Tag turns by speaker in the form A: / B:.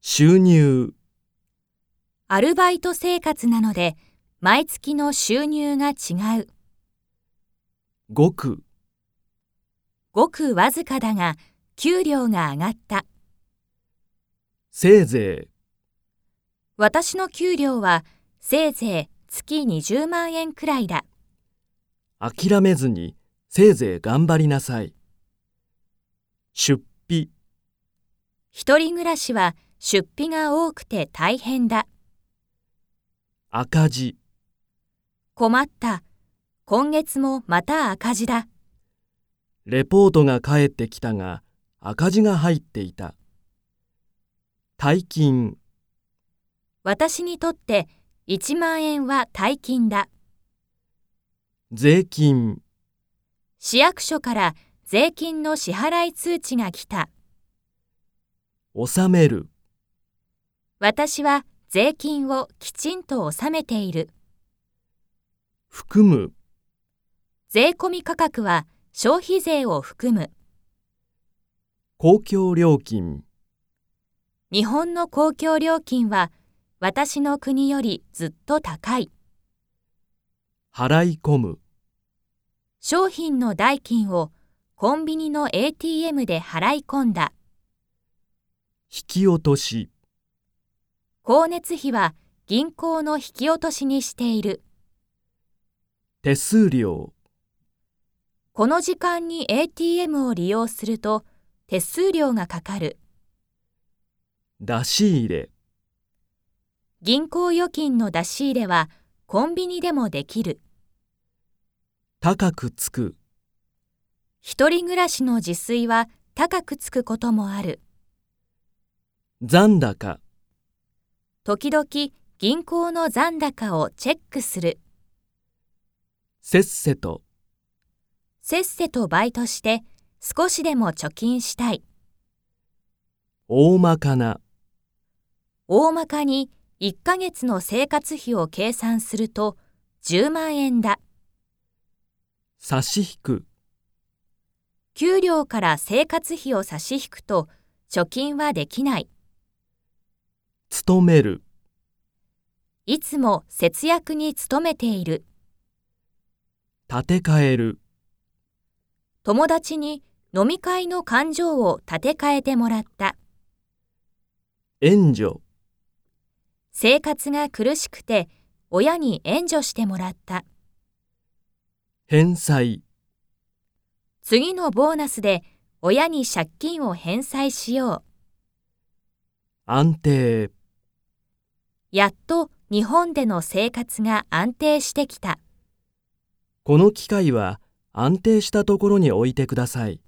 A: 収入、
B: アルバイト生活なので、毎月の収入が違う。
A: ごく、
B: ごくわずかだが、給料が上がった。
A: せいぜい、
B: 私の給料は、せいぜい月20万円くらいだ。
A: 諦めずに、せいぜい頑張りなさい。出費、
B: 一人暮らしは出費が多くて大変だ。
A: 赤字、
B: 困った。今月もまた赤字だ。
A: レポートが返ってきたが、赤字が入っていた。大金、
B: 私にとって1万円は大金だ。
A: 税金、
B: 市役所から税金の支払い通知が来た。
A: 納める、
B: 私は税金をきちんと納めている。
A: 含む、
B: 税込み価格は消費税を含む。
A: 公共料金、
B: 日本の公共料金は私の国よりずっと高い。
A: 払い込む、
B: 商品の代金をコンビニの ATM で払い込んだ。
A: 引き落とし、
B: 光熱費は銀行の引き落としにしている。
A: 手数料、
B: この時間に ATM を利用すると手数料がかかる。
A: 出し入れ、
B: 銀行預金の出し入れはコンビニでもできる。
A: 高くつく、
B: 一人暮らしの自炊は高くつくこともある。
A: 残高、
B: 時々銀行の残高をチェックする。
A: せっせと、
B: せっせとバイトして少しでも貯金したい。
A: 大まかな、
B: 大まかに1ヶ月の生活費を計算すると10万円だ。
A: 差し引く、
B: 給料から生活費を差し引くと貯金はできない。
A: 勤める、
B: いつも節約に努めている。
A: 立て替える、
B: 友達に飲み会の感情を立て替えてもらった。
A: 援助、
B: 生活が苦しくて親に援助してもらった。
A: 返済、
B: 次のボーナスで親に借金を返済しよ
A: 安定、
B: う。やっと日本での生活が安定してきた。
A: この機械は安定したところに置いてください。